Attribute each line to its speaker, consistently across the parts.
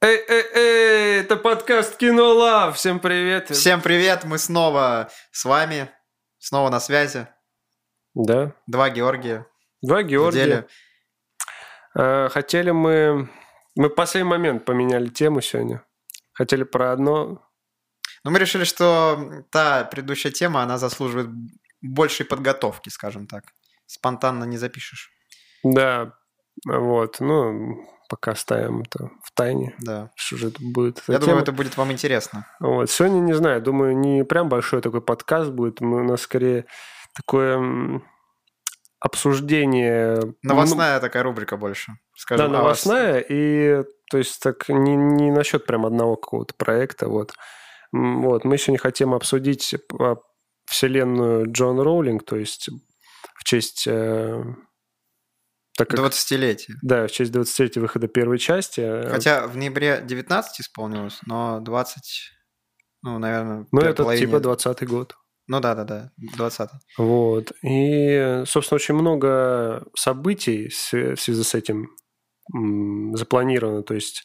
Speaker 1: Эй, эй, эй, это подкаст Кинолав. Всем привет.
Speaker 2: Всем привет, мы снова с вами, снова на связи.
Speaker 1: Да.
Speaker 2: Два Георгия.
Speaker 1: Два
Speaker 2: в
Speaker 1: Георгия.
Speaker 2: деле.
Speaker 1: А, Хотели мы... Мы в последний момент поменяли тему сегодня. Хотели про одно...
Speaker 2: Но Ну, мы решили, что та предыдущая тема, она заслуживает большей подготовки, скажем так. Спонтанно не запишешь.
Speaker 1: Да, вот. Ну, пока оставим это в тайне.
Speaker 2: Да.
Speaker 1: Что же это будет? за
Speaker 2: Я
Speaker 1: тема.
Speaker 2: думаю, это будет вам интересно.
Speaker 1: Вот. Сегодня, не знаю, думаю, не прям большой такой подкаст будет. Мы, у нас скорее такое м, обсуждение... ну,
Speaker 2: Новостная такая рубрика больше.
Speaker 1: Да,
Speaker 2: Скажем, о вас.
Speaker 1: новостная, и то есть так не, не насчет прям одного какого-то проекта. Вот. М, вот. Мы сегодня хотим обсудить а, вселенную Джон Роулинг, то есть в честь... э, так как-
Speaker 2: 20-летие.
Speaker 1: да, в честь 23 выхода первой части. э,
Speaker 2: Хотя в ноябре 19 исполнилось, но 20, ну, наверное,
Speaker 1: ну,
Speaker 2: пер-
Speaker 1: это
Speaker 2: половине-
Speaker 1: типа 20 год.
Speaker 2: Ну да, да, да, 20
Speaker 1: Вот. И, собственно, очень много событий в свя- в связи с этим м, запланировано. То есть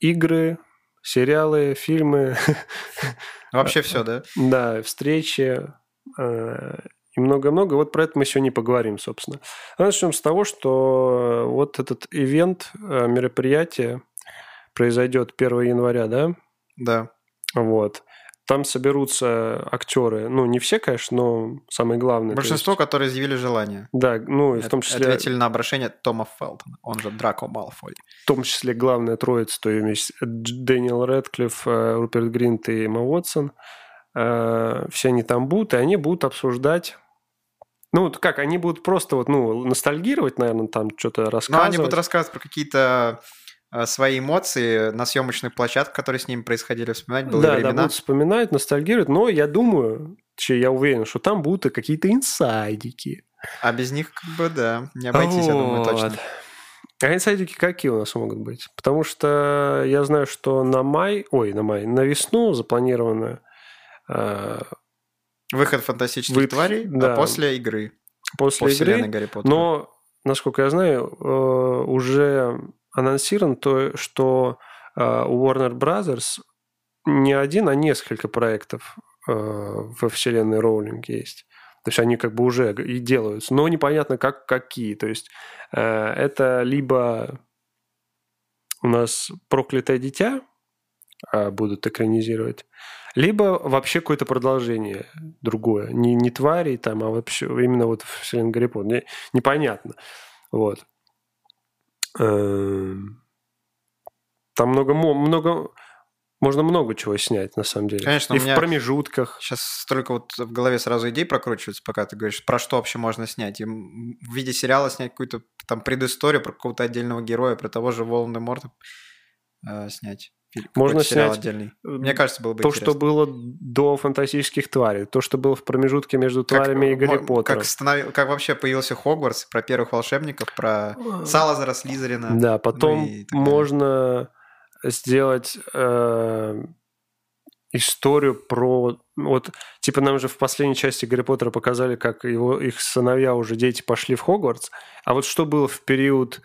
Speaker 1: игры, сериалы, фильмы,
Speaker 2: Вообще все, да?
Speaker 1: Да, встречи э, и много-много. Вот про это мы сегодня и поговорим, собственно. А Начнем с того, что э, вот этот ивент, э, мероприятие произойдет 1 января, да?
Speaker 2: Да.
Speaker 1: Вот. Там соберутся актеры. Ну, не все, конечно, но самые главные. Ну, то
Speaker 2: Большинство,
Speaker 1: есть-
Speaker 2: которые изъявили желание.
Speaker 1: да, ну, и в том
Speaker 2: От-
Speaker 1: числе,
Speaker 2: Ответили на обращение Тома Фелтона, он же Драко Малфой. Ну,
Speaker 1: в том числе главная троица, то есть Дж- Дэниел Рэдклифф, э, Руперт Гринт и Эмма Уотсон. Э, Все они там будут, и они будут обсуждать ну, вот как, они будут просто вот, ну, ностальгировать, наверное, там что-то
Speaker 2: Но
Speaker 1: рассказывать.
Speaker 2: Ну, они будут рассказывать про какие-то э, свои эмоции на съемочных площадках, которые с ними происходили, вспоминать было
Speaker 1: да, да,
Speaker 2: времена.
Speaker 1: будут вспоминать, ностальгировать, но я думаю, че, я уверен, что там будут и какие-то инсайдики.
Speaker 2: А без них, как бы, да, не обойтись, я думаю,
Speaker 1: Вот.
Speaker 2: точно.
Speaker 1: А инсайдики какие у нас могут быть? Потому что я знаю, что на май, ой, на май, на весну запланировано э,
Speaker 2: Выход фантастических
Speaker 1: Вы-
Speaker 2: тварей,
Speaker 1: да.
Speaker 2: а после игры,
Speaker 1: после
Speaker 2: по
Speaker 1: игры.
Speaker 2: вселенной Гарри Поттера.
Speaker 1: Но, насколько я знаю, э, уже анонсировано то, что э, у Warner Brothers не один, а несколько проектов э, во вселенной Роулинг есть. То есть они как бы уже и делаются, но непонятно как, какие. То есть э, это либо у нас «Проклятое дитя» э, будут экранизировать, либо вообще какое-то продолжение другое. Не, не тварей там, а вообще именно вот вселенной Гарри Поттера. Не- непонятно. Вот. Эм, Там много, мо- много, можно много чего снять, на самом деле.
Speaker 2: Конечно,
Speaker 1: И
Speaker 2: у меня-
Speaker 1: в промежутках.
Speaker 2: Сейчас столько вот в голове сразу идей прокручивается, пока ты говоришь, про что вообще можно снять. И м, в виде сериала снять какую-то там предысторию про какого-то отдельного героя, про того же Волан-де-Морта э, снять. Фильм,
Speaker 1: Можно
Speaker 2: какой-то сериал
Speaker 1: снять,
Speaker 2: отдельный. Мне кажется, было бы
Speaker 1: то,
Speaker 2: интересно.
Speaker 1: что было до фантастических тварей, то, что было в промежутке между
Speaker 2: Как,
Speaker 1: тварями и
Speaker 2: мо-
Speaker 1: Гарри Поттером.
Speaker 2: Как, станови- как вообще появился Хогвартс, про первых волшебников, про
Speaker 1: Э,
Speaker 2: Салазара Слизерина.
Speaker 1: Да, потом
Speaker 2: Ну и так далее.
Speaker 1: можно сделать э, историю про... Вот, типа, нам же в последней части Гарри Поттера показали, как его, их сыновья уже дети пошли в Хогвартс. А вот что было в период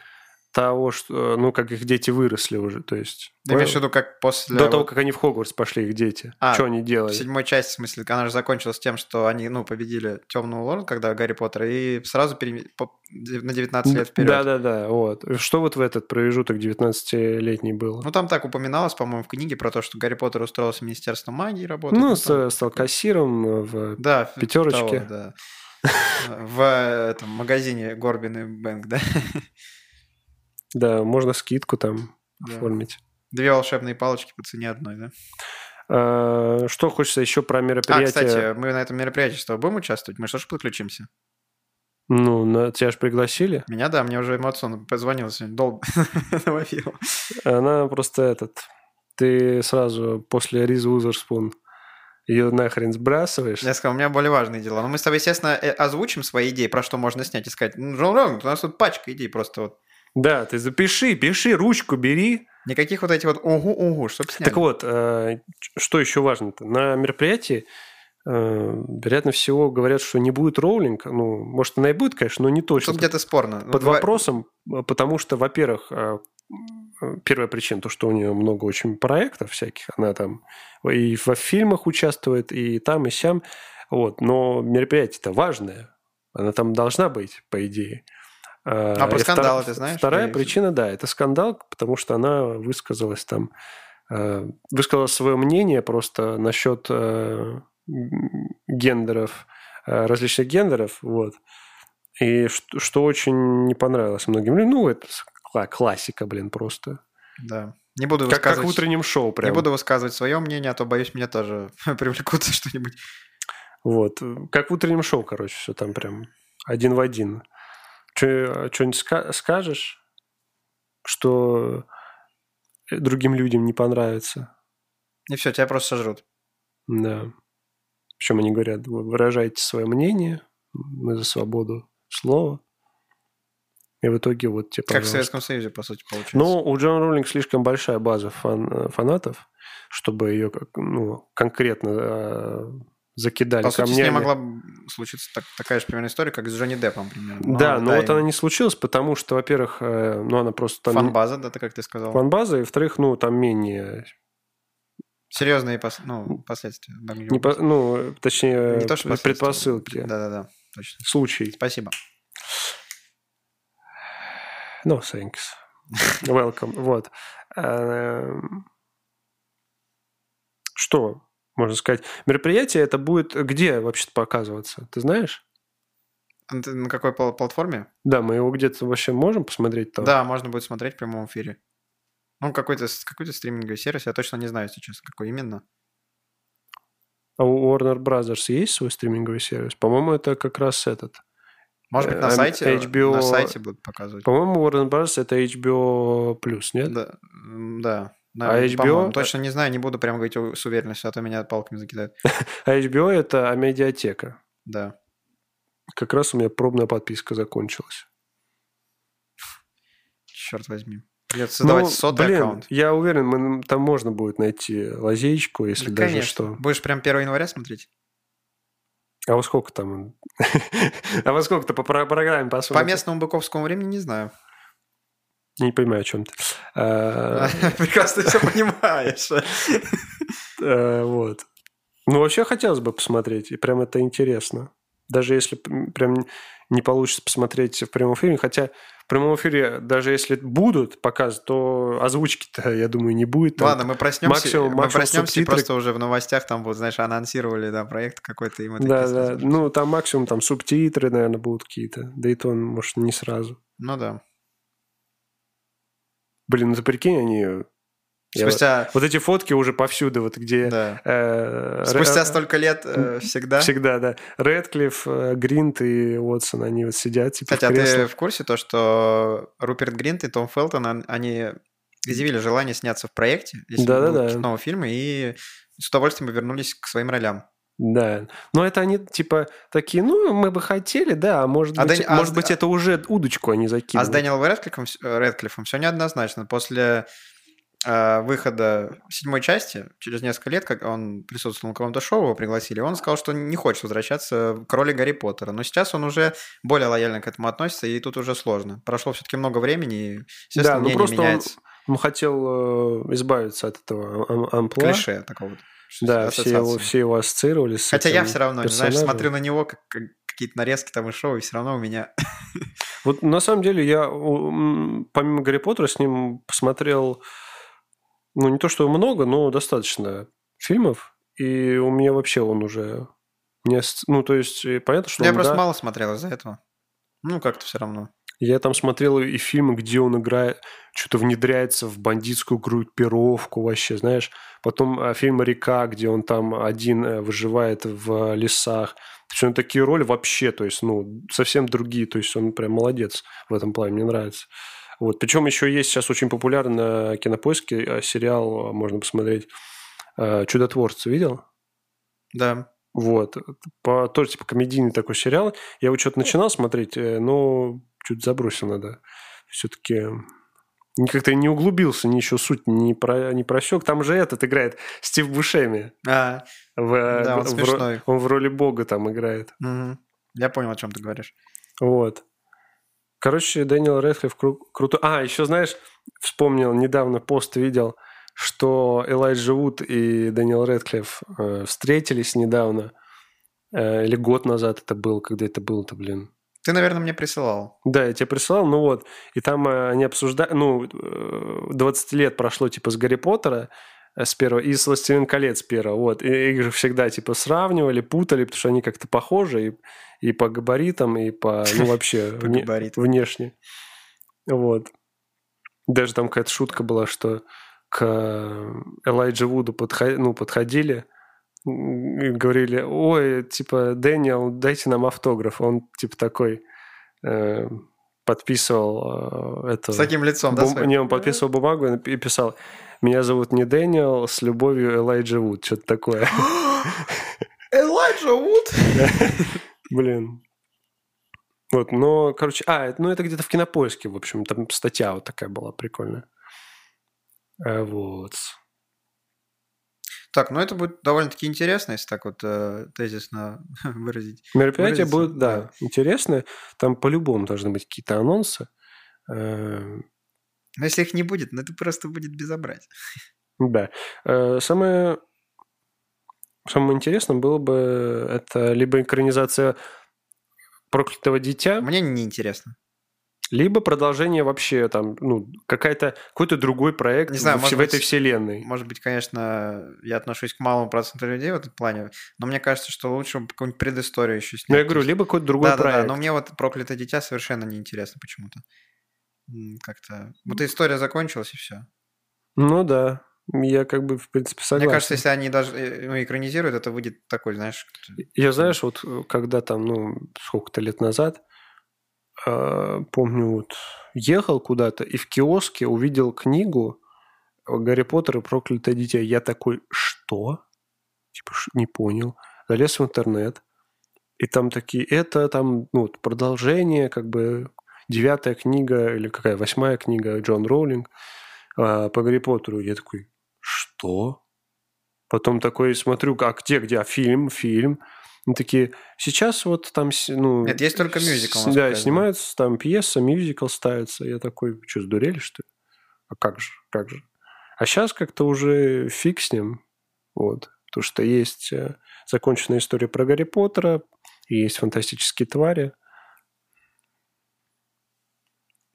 Speaker 1: того, что, э, ну, как их дети выросли уже, то есть...
Speaker 2: Ты имеешь в
Speaker 1: понял?
Speaker 2: виду, как после...
Speaker 1: До того,
Speaker 2: вот
Speaker 1: как они в Хогвартс пошли, их дети.
Speaker 2: А,
Speaker 1: что они
Speaker 2: В
Speaker 1: делали?
Speaker 2: седьмой части, в смысле, она же закончилась тем, что они, ну, победили Темного Лорда, когда Гарри Поттер, и сразу переме- по- на 19 лет вперед.
Speaker 1: Да-да-да, вот. Что вот в этот промежуток 19-летний было?
Speaker 2: Ну, там так упоминалось, по-моему, в книге про то, что Гарри Поттер устроился в Министерство магии работать.
Speaker 1: Ну,
Speaker 2: там-
Speaker 1: с- э, стал кассиром в
Speaker 2: да, в-
Speaker 1: пятерочке.
Speaker 2: того, да. В э, этом магазине Горбин и Бэнк, да?
Speaker 1: Да, можно скидку там
Speaker 2: Да.
Speaker 1: оформить.
Speaker 2: Две волшебные палочки по цене одной, да?
Speaker 1: А, Что хочется еще про мероприятие?
Speaker 2: А, кстати, мы на этом мероприятии что, будем участвовать? Мы что ж подключимся?
Speaker 1: Ну, на- тебя же пригласили.
Speaker 2: Меня, да, мне уже эмоционно позвонил сегодня, долго наловил.
Speaker 1: Она просто этот... Ты сразу после Риз Узерспун ее нахрен сбрасываешь.
Speaker 2: Я сказал, у меня более важные дела. Но мы с тобой, естественно, э, озвучим свои идеи, про что можно снять, и сказать, ну, Джон Ронг, у нас тут пачка идей просто вот.
Speaker 1: Да, ты запиши, пиши, ручку бери.
Speaker 2: Никаких вот этих вот угу-угу, чтобы снять.
Speaker 1: Так вот, э, ч- что еще важно-то? На мероприятии, э, вероятно всего, говорят, что не будет роулинг. Ну, может, она и будет, конечно, но не точно.
Speaker 2: Тут где-то спорно. Ну,
Speaker 1: под
Speaker 2: бывает-
Speaker 1: вопросом, э, потому что, во-первых, э, первая причина, то, что у нее много очень проектов всяких, она там и во фильмах участвует, и там, и сям, вот, но мероприятие-то важное, она там должна быть, по идее.
Speaker 2: А про скандал ты знаешь?
Speaker 1: Вторая причина, да, это скандал, потому что она высказалась там, э, высказала свое мнение просто насчет э, гендеров, э, различных гендеров, вот. И что, что очень не понравилось многим людям, ну, это классика, блин, просто.
Speaker 2: Да. Не буду
Speaker 1: как, как в утреннем шоу прям.
Speaker 2: Не буду высказывать свое мнение, а то, боюсь, меня тоже привлекут что-нибудь.
Speaker 1: Вот. Как в утреннем шоу, короче, все там прям один в один. Что-нибудь ска- скажешь, что другим людям не понравится?
Speaker 2: И все, тебя просто сожрут.
Speaker 1: Да. Причем они говорят, выражайте свое мнение, мы за свободу слова. И в итоге вот тебе,
Speaker 2: Как пожалуйста. в Советском Союзе, по сути, получается.
Speaker 1: Но у Джон Роллинг слишком большая база фан- э, фанатов, чтобы ее как, ну, конкретно э, закидали
Speaker 2: по
Speaker 1: камнями.
Speaker 2: сути, с ней могла случиться так, такая же примерно история, как с Джонни Деппом, примерно.
Speaker 1: Но, А, да, но да, вот и... она не случилась, потому что, во-первых, э, ну она просто... Там...
Speaker 2: Фан-база, да, ты как ты сказал.
Speaker 1: Фан-база, и, во-вторых, ну там менее
Speaker 2: Серьезные пос... ну, последствия.
Speaker 1: Не по... Ну, точнее, не то, что предпосылки.
Speaker 2: Да-да-да, точно.
Speaker 1: Случай.
Speaker 2: Спасибо.
Speaker 1: No thanks. Welcome. вот. Э, Что можно сказать? Мероприятие это будет где вообще-то показываться? Ты знаешь?
Speaker 2: А На какой пл- платформе?
Speaker 1: Да, мы его где-то вообще можем посмотреть там?
Speaker 2: Да, можно будет смотреть в прямом эфире. Ну, какой-то какой стриминговый сервис, я точно не знаю сейчас, какой именно.
Speaker 1: А у Warner Brothers есть свой стриминговый сервис? По-моему, это как раз этот.
Speaker 2: Может
Speaker 1: Э, эм,
Speaker 2: быть, на сайте, HBO... на сайте будут показывать.
Speaker 1: По-моему, Warner Brothers это HBO+, нет?
Speaker 2: Да, да. Наверное, а HBO... По-моему. Точно не знаю, не буду прям говорить с уверенностью, а то меня палками закидают.
Speaker 1: а HBO это медиатека.
Speaker 2: Да.
Speaker 1: Как раз у меня пробная подписка закончилась.
Speaker 2: Черт возьми. Придется создавать ну, сотый блин, аккаунт.
Speaker 1: Я уверен, мы, там можно будет найти лазеечку,
Speaker 2: Ну,
Speaker 1: если да, даже конечно. что.
Speaker 2: Будешь прям 1 января смотреть?
Speaker 1: А во сколько там? а во сколько-то по программе посмотрим?
Speaker 2: По местному быковскому времени не знаю.
Speaker 1: Я не понимаю, о чем ты. А,
Speaker 2: Прекрасно все понимаешь. А.
Speaker 1: э, Вот. Ну, вообще хотелось бы посмотреть, и прям это интересно. Даже если прям не получится посмотреть в прямом эфире, хотя в прямом эфире, даже если будут показывать, то озвучки-то, я думаю, не будет. Там
Speaker 2: Ладно, мы проснемся, максимум, максимум мы проснемся субтитры. и просто уже в новостях там вот, знаешь, анонсировали, да, проект какой-то. И мы
Speaker 1: да, да, сказали. ну там максимум там субтитры, наверное, будут какие-то, да и то, может, не сразу.
Speaker 2: Ну да.
Speaker 1: Блин, ну ты прикинь, они
Speaker 2: Спустя...
Speaker 1: Я, вот эти фотки уже повсюду, вот где...
Speaker 2: Да. Э, Спустя э, столько лет э, всегда.
Speaker 1: Всегда, да. Редклифф, э, Гринт и Уотсон, они вот сидят типа
Speaker 2: Хотя
Speaker 1: в
Speaker 2: ты в курсе то, что Руперт Гринт и Том Фелтон, они изъявили желание сняться в проекте, если
Speaker 1: да, да, да.
Speaker 2: нового фильма, и с удовольствием вернулись к своим ролям.
Speaker 1: Да. Но это они типа такие, ну, мы бы хотели, да, а может а быть, Дани... может а... быть это уже удочку они закинули.
Speaker 2: А с Дэниелом Редклиффом, Редклиффом все неоднозначно. После э, выхода седьмой части, через несколько лет, как он присутствовал на каком-то шоу, его пригласили, он сказал, что не хочет возвращаться к роли Гарри Поттера. Но сейчас он уже более лояльно к этому относится, и тут уже сложно. Прошло все-таки много времени, и, естественно, да, мнение просто меняется.
Speaker 1: ну Он, он Ну, хотел э, избавиться от этого амплуа.
Speaker 2: Клише такого.
Speaker 1: Да, все его, все его ассоциировали с
Speaker 2: Хотя я все равно, персонажем. знаешь, смотрю на него, как, как какие-то нарезки там и шоу, и все равно у меня...
Speaker 1: Вот на самом деле я, помимо Гарри Поттера, с ним посмотрел ну, не то, что много, но достаточно фильмов. И у меня вообще он уже... Не... Ну, то есть, понятно, что...
Speaker 2: Я
Speaker 1: он,
Speaker 2: просто
Speaker 1: да...
Speaker 2: мало смотрел из-за этого. Ну, как-то все равно.
Speaker 1: Я там смотрел и фильмы, где он играет, что-то внедряется в бандитскую группировку вообще, знаешь. Потом э, фильм «Река», где он там один э, выживает в э, лесах. Причем такие роли вообще, то есть, ну, совсем другие. То есть, он прям молодец в этом плане, мне нравится. Вот. Причем еще есть сейчас очень популярно на кинопоиске э, сериал, можно посмотреть, Э, «Чудотворцы» видел?
Speaker 2: Да.
Speaker 1: Вот. По, тоже типа комедийный такой сериал. Я его что-то начинал смотреть, э, но чуть забросил надо. Все-таки как-то не углубился, ничего суть не, про, не просек. Там же этот играет Стив Бушеми.
Speaker 2: А,
Speaker 1: в,
Speaker 2: да, он в, смешной.
Speaker 1: Он в роли бога там играет.
Speaker 2: Угу. Я понял, о чем ты говоришь.
Speaker 1: Вот. Короче, Дэниел Рэдклифф кру- круто. А, еще знаешь, вспомнил, недавно пост видел, что Элайджа Вуд и Дэниел Рэдклифф э, встретились недавно. Э, или год назад это было, когда это было-то, блин.
Speaker 2: Ты, наверное, мне присылал.
Speaker 1: Да, я тебе присылал, ну вот. И там э, они обсуждали... Ну, э, 20 лет прошло, типа, с Гарри Поттера, э, с первого, и с «Властелин колец» первого, вот. И их же всегда, типа, сравнивали, путали, потому что они как-то похожи и, и по габаритам, и по... Ну, вообще,
Speaker 2: По
Speaker 1: вне-
Speaker 2: габаритам.
Speaker 1: внешне. Вот. Даже там какая-то шутка была, что к Элайджи Вуду подхо- ну, подходили, м, и говорили, ой, типа, Дэниел, дайте нам автограф. Он, типа, такой э, подписывал э, это...
Speaker 2: С таким лицом, да,
Speaker 1: бум-
Speaker 2: своим?
Speaker 1: Не, он подписывал бумагу и напи- и писал, меня зовут не Дэниел, с любовью Элайджа Вуд, что-то такое.
Speaker 2: Элайджа Вуд!
Speaker 1: Блин. Вот, но, короче, а, это, ну это где-то в кинопоиске, в общем, там статья вот такая была прикольная. А, вот.
Speaker 2: Так, ну это будет довольно-таки интересно, если так вот э, тезисно выразить.
Speaker 1: Мероприятие
Speaker 2: Выразиться,
Speaker 1: будет, да,
Speaker 2: да.
Speaker 1: интересное. Там по-любому должны быть какие-то анонсы. Э,
Speaker 2: Но если их не будет, ну это просто будет безобразие.
Speaker 1: Да. Э, Самое, самое интересное было бы это либо экранизация проклятого дитя,
Speaker 2: Мне не интересно.
Speaker 1: либо продолжение вообще там, ну, какая-то, какой-то другой проект
Speaker 2: Не знаю,
Speaker 1: в,
Speaker 2: может
Speaker 1: в этой
Speaker 2: быть,
Speaker 1: вселенной.
Speaker 2: Может быть, конечно, я отношусь к малому проценту людей в этом плане, но мне кажется, что лучше бы какую-нибудь предысторию еще снять.
Speaker 1: Ну, я говорю, либо какой-то другой
Speaker 2: да, да,
Speaker 1: проект.
Speaker 2: да, но мне вот проклятое дитя совершенно не интересно почему-то. М, Как-то. Вот история закончилась, и все.
Speaker 1: Ну да, я как бы, в принципе, согласен.
Speaker 2: Мне кажется, если они даже э, ну, экранизируют, это выйдет такой, знаешь, как-то-
Speaker 1: Я, знаешь, вот э, когда там, ну, сколько-то лет назад, э, помню, вот ехал куда-то и в киоске увидел книгу «Гарри Поттер и проклятое дитя». Я такой, что? Типа, ш- не понял. Залез в интернет, и там такие, это там, ну, вот продолжение, как бы, девятая книга или какая, восьмая книга Джон Роулинг э, по Гарри Поттеру. Я такой, что? Потом такой смотрю, а где, где, а фильм, фильм. Они такие, сейчас вот там... с- Ну,
Speaker 2: Нет, есть только мюзикл,
Speaker 1: с-
Speaker 2: насколько я
Speaker 1: Да,
Speaker 2: знаю.
Speaker 1: снимаются там пьеса, мюзикл ставится. Я такой, что, сдурели, что ли? А как же, как же? А сейчас как-то уже фиг с ним. Вот. Потому что есть э, законченная история про Гарри Поттера, и есть фантастические твари.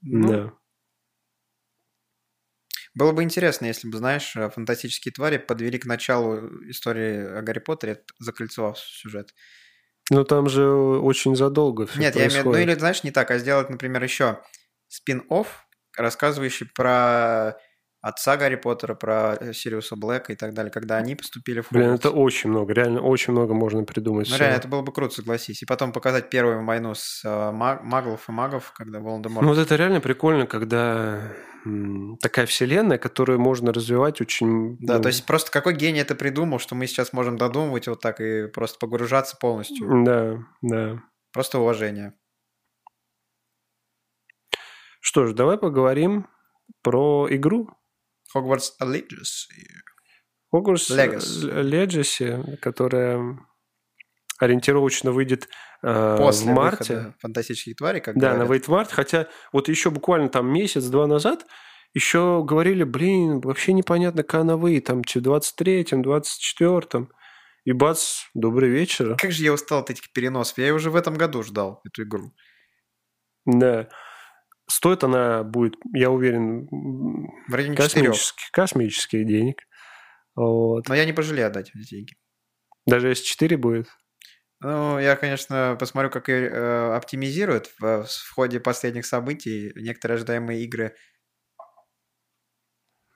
Speaker 2: Ну,
Speaker 1: да.
Speaker 2: Было бы интересно, если бы, знаешь, э, фантастические твари подвели к началу истории о Гарри Поттере, т- закольцевав сюжет.
Speaker 1: Но там же очень задолго все
Speaker 2: Нет, я имею в виду, ну
Speaker 1: происходит.
Speaker 2: или, знаешь, не так, а сделать, например, еще спин-офф, рассказывающий про отца Гарри Поттера, про э, Сириуса Блэка и так далее, когда они поступили в
Speaker 1: Блин,
Speaker 2: Хогвартс.
Speaker 1: это очень много, реально очень много можно придумать.
Speaker 2: Ну
Speaker 1: всего.
Speaker 2: реально, это было бы круто, согласись. И потом показать первую войну с э, ма- маглов и магов, когда Волан-де-Морт...
Speaker 1: Ну вот это реально прикольно, когда м, такая вселенная, которую можно развивать очень...
Speaker 2: да,
Speaker 1: ну,
Speaker 2: то есть просто какой гений это придумал, что мы сейчас можем додумывать вот так и просто погружаться полностью.
Speaker 1: Да, да.
Speaker 2: Просто уважение.
Speaker 1: Что ж, давай поговорим про игру.
Speaker 2: Хогвартс Allegiance.
Speaker 1: Hogwarts
Speaker 2: Legacy.
Speaker 1: Л- Legacy, которая ориентировочно выйдет э,
Speaker 2: После
Speaker 1: в марте.
Speaker 2: выхода «Фантастических тварей», как
Speaker 1: Да, она
Speaker 2: говорят.
Speaker 1: выйдет в марте. Хотя вот еще буквально там месяц-два назад еще говорили, блин, вообще непонятно, когда она выйдет, там, в 23-м, 24-м. И бац, добрый вечер.
Speaker 2: Как же я устал от этих переносов. Я ее уже в этом году ждал, эту игру.
Speaker 1: Да. Стоит она будет, я уверен, м,
Speaker 2: В районе четырех.
Speaker 1: космических, космических денег. Вот.
Speaker 2: Но я не пожалею отдать эти деньги.
Speaker 1: Даже если 4 будет.
Speaker 2: Ну, я, конечно, посмотрю, как ее э, оптимизируют в, в ходе последних событий. Некоторые ожидаемые игры,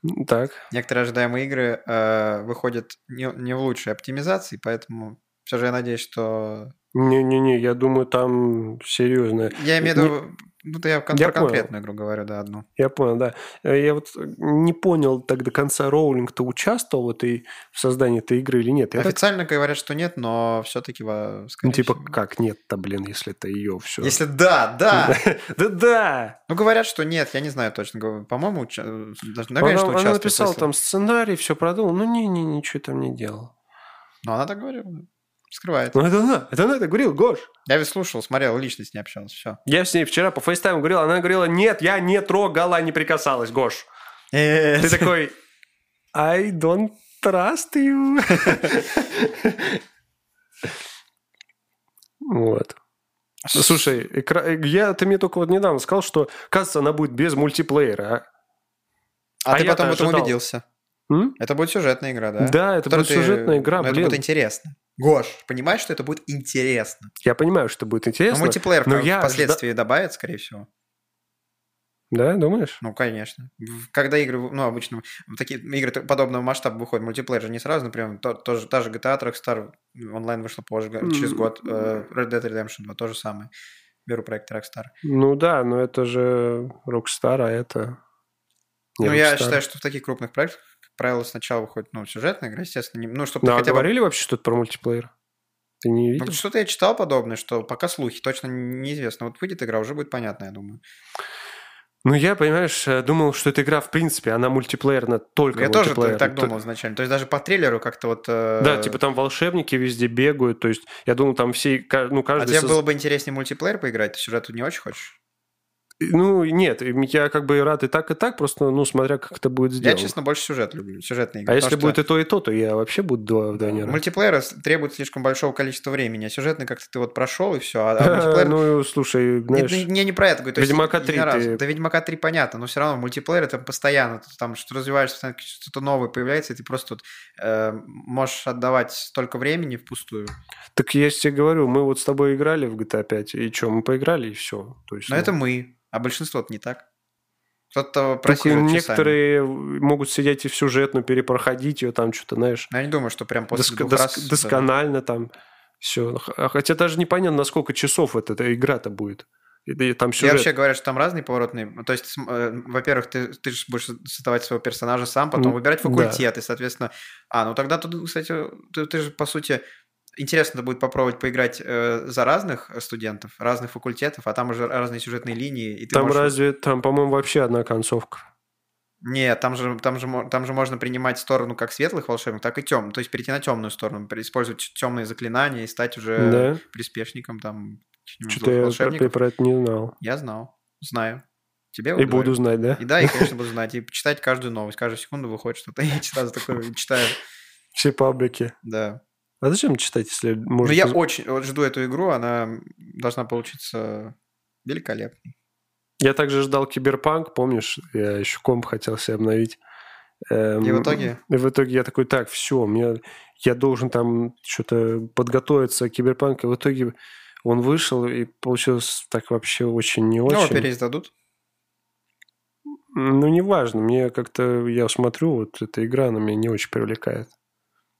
Speaker 1: Ну, Так.
Speaker 2: некоторые ожидаемые игры э, выходят не, не в лучшей оптимизации, поэтому все же я надеюсь, что...
Speaker 1: Не-не-не, я думаю, там серьезно.
Speaker 2: Я имею в
Speaker 1: Не-
Speaker 2: виду... Ну, да я кон-
Speaker 1: Я
Speaker 2: про
Speaker 1: понял.
Speaker 2: конкретную игру говорю, да, одну.
Speaker 1: Я понял, да. Э, Я вот не понял так до конца, Роулинг-то участвовал в, этой, в создании этой игры или нет. Я так,
Speaker 2: Официально говорят, что нет, но все-таки,
Speaker 1: ну, типа, как нет-то, блин, если это ее все.
Speaker 2: Если да, да,
Speaker 1: Да-да!
Speaker 2: Ну, говорят, что нет, я не знаю точно. Гов- По-моему, уча... э, даже- наверное,
Speaker 1: Она,
Speaker 2: что
Speaker 1: она
Speaker 2: участвует,
Speaker 1: написала
Speaker 2: если-
Speaker 1: там сценарий, все продумал. Ну, не-не, ничего там не делал.
Speaker 2: Ну, она так говорила. Скрывает.
Speaker 1: Ну, это она, это она, это говорил, Гош.
Speaker 2: Я ведь слушал, смотрел, лично с ней общался, все.
Speaker 1: Я с ней вчера по фейстайму говорил, она говорила, нет, я не трогала, не прикасалась, Гош. Э, Ты такой, I don't trust you. Вот. Слушай, экра- я, ты мне только вот недавно сказал, что, кажется, она будет без мультиплеера.
Speaker 2: А,
Speaker 1: А
Speaker 2: ты
Speaker 1: я-то
Speaker 2: потом в этом
Speaker 1: ожидал.
Speaker 2: убедился.
Speaker 1: а? М?
Speaker 2: Это будет сюжетная игра, да?
Speaker 1: Да, это
Speaker 2: Которую
Speaker 1: будет
Speaker 2: ты-
Speaker 1: сюжетная игра,
Speaker 2: ну, Это
Speaker 1: блин.
Speaker 2: будет интересно. Гош, понимаешь, что это будет интересно?
Speaker 1: Я понимаю, что будет
Speaker 2: Ну,
Speaker 1: интересно.
Speaker 2: мультиплеер
Speaker 1: но
Speaker 2: в-
Speaker 1: я
Speaker 2: впоследствии добавят, скорее всего.
Speaker 1: Да, думаешь?
Speaker 2: Ну, конечно. В- Когда игры, ну, обычно в такие ну, игры т- подобного масштаба выходят, мультиплеер же не сразу, например, то- тоже, та же GTA Rockstar онлайн вышла позже, г- через
Speaker 1: М.
Speaker 2: год, э, Red Dead Redemption 2, то же самое. Беру проект Rockstar.
Speaker 1: Ну да, но это же Rockstar, а это... не
Speaker 2: ну, я
Speaker 1: Rockstar.
Speaker 2: считаю, что в таких крупных проектах, как правило, сначала выходит, ну, сюжетная игра, естественно, не- ну, чтобы
Speaker 1: Ну,
Speaker 2: ты
Speaker 1: а
Speaker 2: хотя бы
Speaker 1: говорили вообще что-то про мультиплеер? Ты не
Speaker 2: Ну,
Speaker 1: видел?
Speaker 2: что-то я читал подобное, что пока слухи, точно неизвестно. Вот выйдет игра, уже будет понятно, я думаю.
Speaker 1: Ну, я, понимаешь, э, думал, что эта игра, в принципе, она мультиплеерна только
Speaker 2: я тоже
Speaker 1: мультиплеерна.
Speaker 2: так, так думал изначально. То есть даже по трейлеру как-то вот... э,
Speaker 1: Да, типа там волшебники везде бегают, то есть я думал, там все, ка- ну,
Speaker 2: А
Speaker 1: каждый...
Speaker 2: тебе
Speaker 1: соз-
Speaker 2: было бы интереснее мультиплеер поиграть, ты сюжет тут не очень хочешь?
Speaker 1: Ну, нет, им- я как бы и рад и так, и так, просто, ну, смотря как это будет
Speaker 2: Я,
Speaker 1: сделано.
Speaker 2: честно, больше сюжет люблю, сюжетные игры.
Speaker 1: а если
Speaker 2: потому
Speaker 1: будет и
Speaker 2: что
Speaker 1: то, и то, то я вообще буду два вдвойне рад.
Speaker 2: Мультиплееры с- требуют слишком большого количества времени, а сюжетный как-то ты вот прошел и все, а, а
Speaker 1: Ха,
Speaker 2: мультиплеер...
Speaker 1: Ну, слушай,
Speaker 2: Не-
Speaker 1: знаешь...
Speaker 2: не, не, не про это говорю. то есть
Speaker 1: «Ведьмака
Speaker 2: не
Speaker 1: 3»
Speaker 2: раз.
Speaker 1: ты-
Speaker 2: Да Ведьмака 3 понятно, но все равно мультиплеер это постоянно. ты там что развиваешься, постоянно что-то новое появляется, и ты просто вот, э, можешь отдавать столько времени впустую.
Speaker 1: Так я же тебе говорю, мы вот с тобой играли в GTA 5, и что, мы поиграли, и все. То есть,
Speaker 2: Но
Speaker 1: ну,
Speaker 2: это мы, а большинство-то не так. Кто-то
Speaker 1: так и
Speaker 2: просил
Speaker 1: некоторые могут сидеть и в сюжетную перепроходить ее там что-то, знаешь,
Speaker 2: Я не думаю, что прям после
Speaker 1: доск-
Speaker 2: двух
Speaker 1: доск-
Speaker 2: раз... да.
Speaker 1: досконально там все. Хотя даже непонятно, на сколько часов это, эта игра-то будет. И- и там
Speaker 2: Я
Speaker 1: сюжет.
Speaker 2: вообще говорю, что там разные поворотные. То есть, см- э, во-первых, ты, ты же будешь создавать своего персонажа сам, потом
Speaker 1: М,
Speaker 2: выбирать
Speaker 1: да.
Speaker 2: факультет, и, соответственно... А, ну тогда тут, кстати, ты, ты же, по сути, интересно будет попробовать поиграть э, за разных студентов, разных факультетов, а там уже разные сюжетные линии, и ты
Speaker 1: там
Speaker 2: можешь-
Speaker 1: разве, там, по-моему, вообще одна концовка.
Speaker 2: Нет, там же, там, же, мо- там же можно принимать сторону как светлых волшебников, так и темных. То есть перейти на темную сторону, при- использовать темные заклинания и стать уже
Speaker 1: да?
Speaker 2: приспешником там каких-нибудь
Speaker 1: Что-то
Speaker 2: злых
Speaker 1: я про,
Speaker 2: волшебников.
Speaker 1: про это не знал.
Speaker 2: Я знал, знаю. Тебе вот
Speaker 1: И
Speaker 2: говорю.
Speaker 1: буду знать, да?
Speaker 2: ну, И да, и, конечно, буду знать. И читать каждую новость. Каждую секунду выходит что-то. Я читаю такое, читаю,
Speaker 1: Все паблики.
Speaker 2: да.
Speaker 1: А зачем читать, если
Speaker 2: Но
Speaker 1: можно...
Speaker 2: Ну, я очень вот жду эту игру. Она должна получиться великолепной.
Speaker 1: Я также ждал Киберпанк, помнишь? Я еще комп хотел себе обновить. Эм,
Speaker 2: И в итоге?
Speaker 1: И в итоге я такой, так, все, мне, я должен там что-то подготовиться к Киберпанку. И в итоге он вышел, и получилось так вообще очень не
Speaker 2: Ну,
Speaker 1: очень.
Speaker 2: переиздадут.
Speaker 1: Ну, неважно, мне как-то, я смотрю, вот эта игра, она меня не очень привлекает.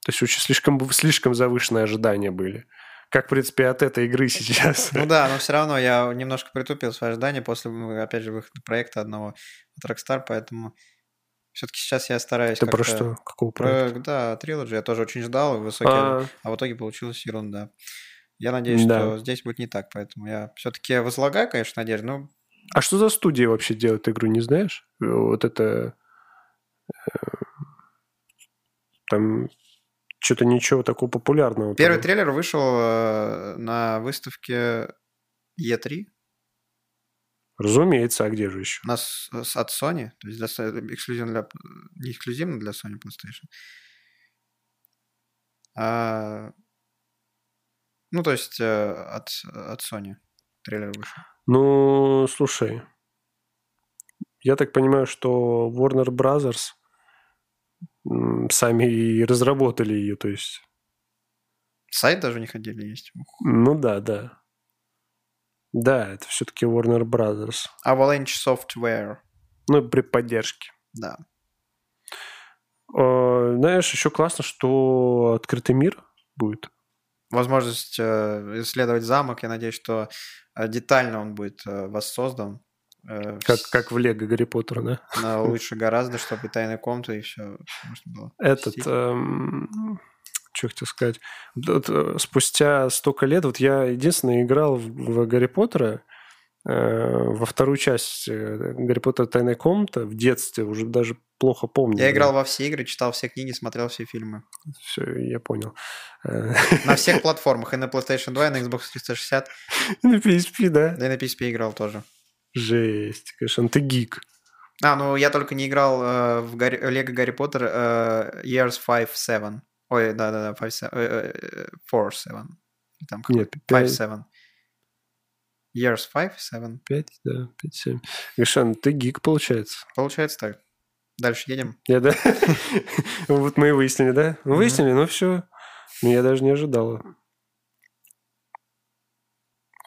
Speaker 1: То есть очень слишком, слишком завышенные ожидания были. Как, в принципе, от этой игры сейчас.
Speaker 2: Ну да, но все равно я немножко притупил свои ожидания после, м, опять же, выхода проекта одного от Rockstar, поэтому все-таки сейчас я стараюсь
Speaker 1: Это про
Speaker 2: как-то-
Speaker 1: что? Какого проекта?
Speaker 2: Про, да, трилоджи я тоже очень ждал, и высокий
Speaker 1: А,
Speaker 2: а в итоге получилась ерунда. Я надеюсь,
Speaker 1: Да.
Speaker 2: что здесь будет не так, поэтому я все-таки возлагаю, конечно, надежду, но
Speaker 1: А что за студия вообще делает игру, не знаешь? Э, Вот это... э, Там что-то ничего такого популярного.
Speaker 2: первый
Speaker 1: там.
Speaker 2: трейлер вышел э, на выставке E3
Speaker 1: Разумеется, а где же еще?
Speaker 2: у нас э, с- от Sony, то есть для со- эксклюзивно для, не эксклюзивно для Sony PlayStation. А, ну, то есть э, от, от Sony трейлер вышел.
Speaker 1: Ну, слушай, я так понимаю, что Warner Brothers м, сами и разработали ее, то есть...
Speaker 2: Сайт даже у них отдельно есть. Ух.
Speaker 1: Ну да, да. Да, это все-таки Warner Brothers.
Speaker 2: А Avalanche Software,
Speaker 1: Ну, при поддержке.
Speaker 2: да.
Speaker 1: Э, Знаешь, еще классно, что открытый мир будет.
Speaker 2: возможность э, исследовать замок. Я надеюсь, что э, детально он будет э, воссоздан. э,
Speaker 1: Как,
Speaker 2: вс-
Speaker 1: как в Лего Гарри Поттера, да?
Speaker 2: на лучше гораздо, чтобы и тайная комната, и все можно было.
Speaker 1: Этот,
Speaker 2: посетить.
Speaker 1: что хотел сказать, Вот, э, спустя столько лет, вот я единственное играл в, в Гарри Поттера, э, во вторую часть э, Гарри Поттера Тайная комната в детстве уже даже плохо помню.
Speaker 2: Я играл во все игры, читал все книги, смотрел все фильмы.
Speaker 1: Все, я понял. Э,
Speaker 2: На всех платформах. И на PlayStation 2, и на Xbox 360.
Speaker 1: И на PSP, да?
Speaker 2: Да и на PSP играл тоже.
Speaker 1: Жесть, конечно, ты гик.
Speaker 2: А, ну я только не играл э, в Гарри, Лего Гарри Поттер э, Years 5-7. Ой, да-да-да, 5-7. Э, э, 4-7. Там
Speaker 1: Нет,
Speaker 2: 5-7. Years 5-7.
Speaker 1: 5, да, 5-7. Гришан, ты гик, получается.
Speaker 2: Получается так. Дальше едем.
Speaker 1: Я, да? Вот мы и выяснили, да? Мы Выяснили, ну все. Ну, я даже не ожидала.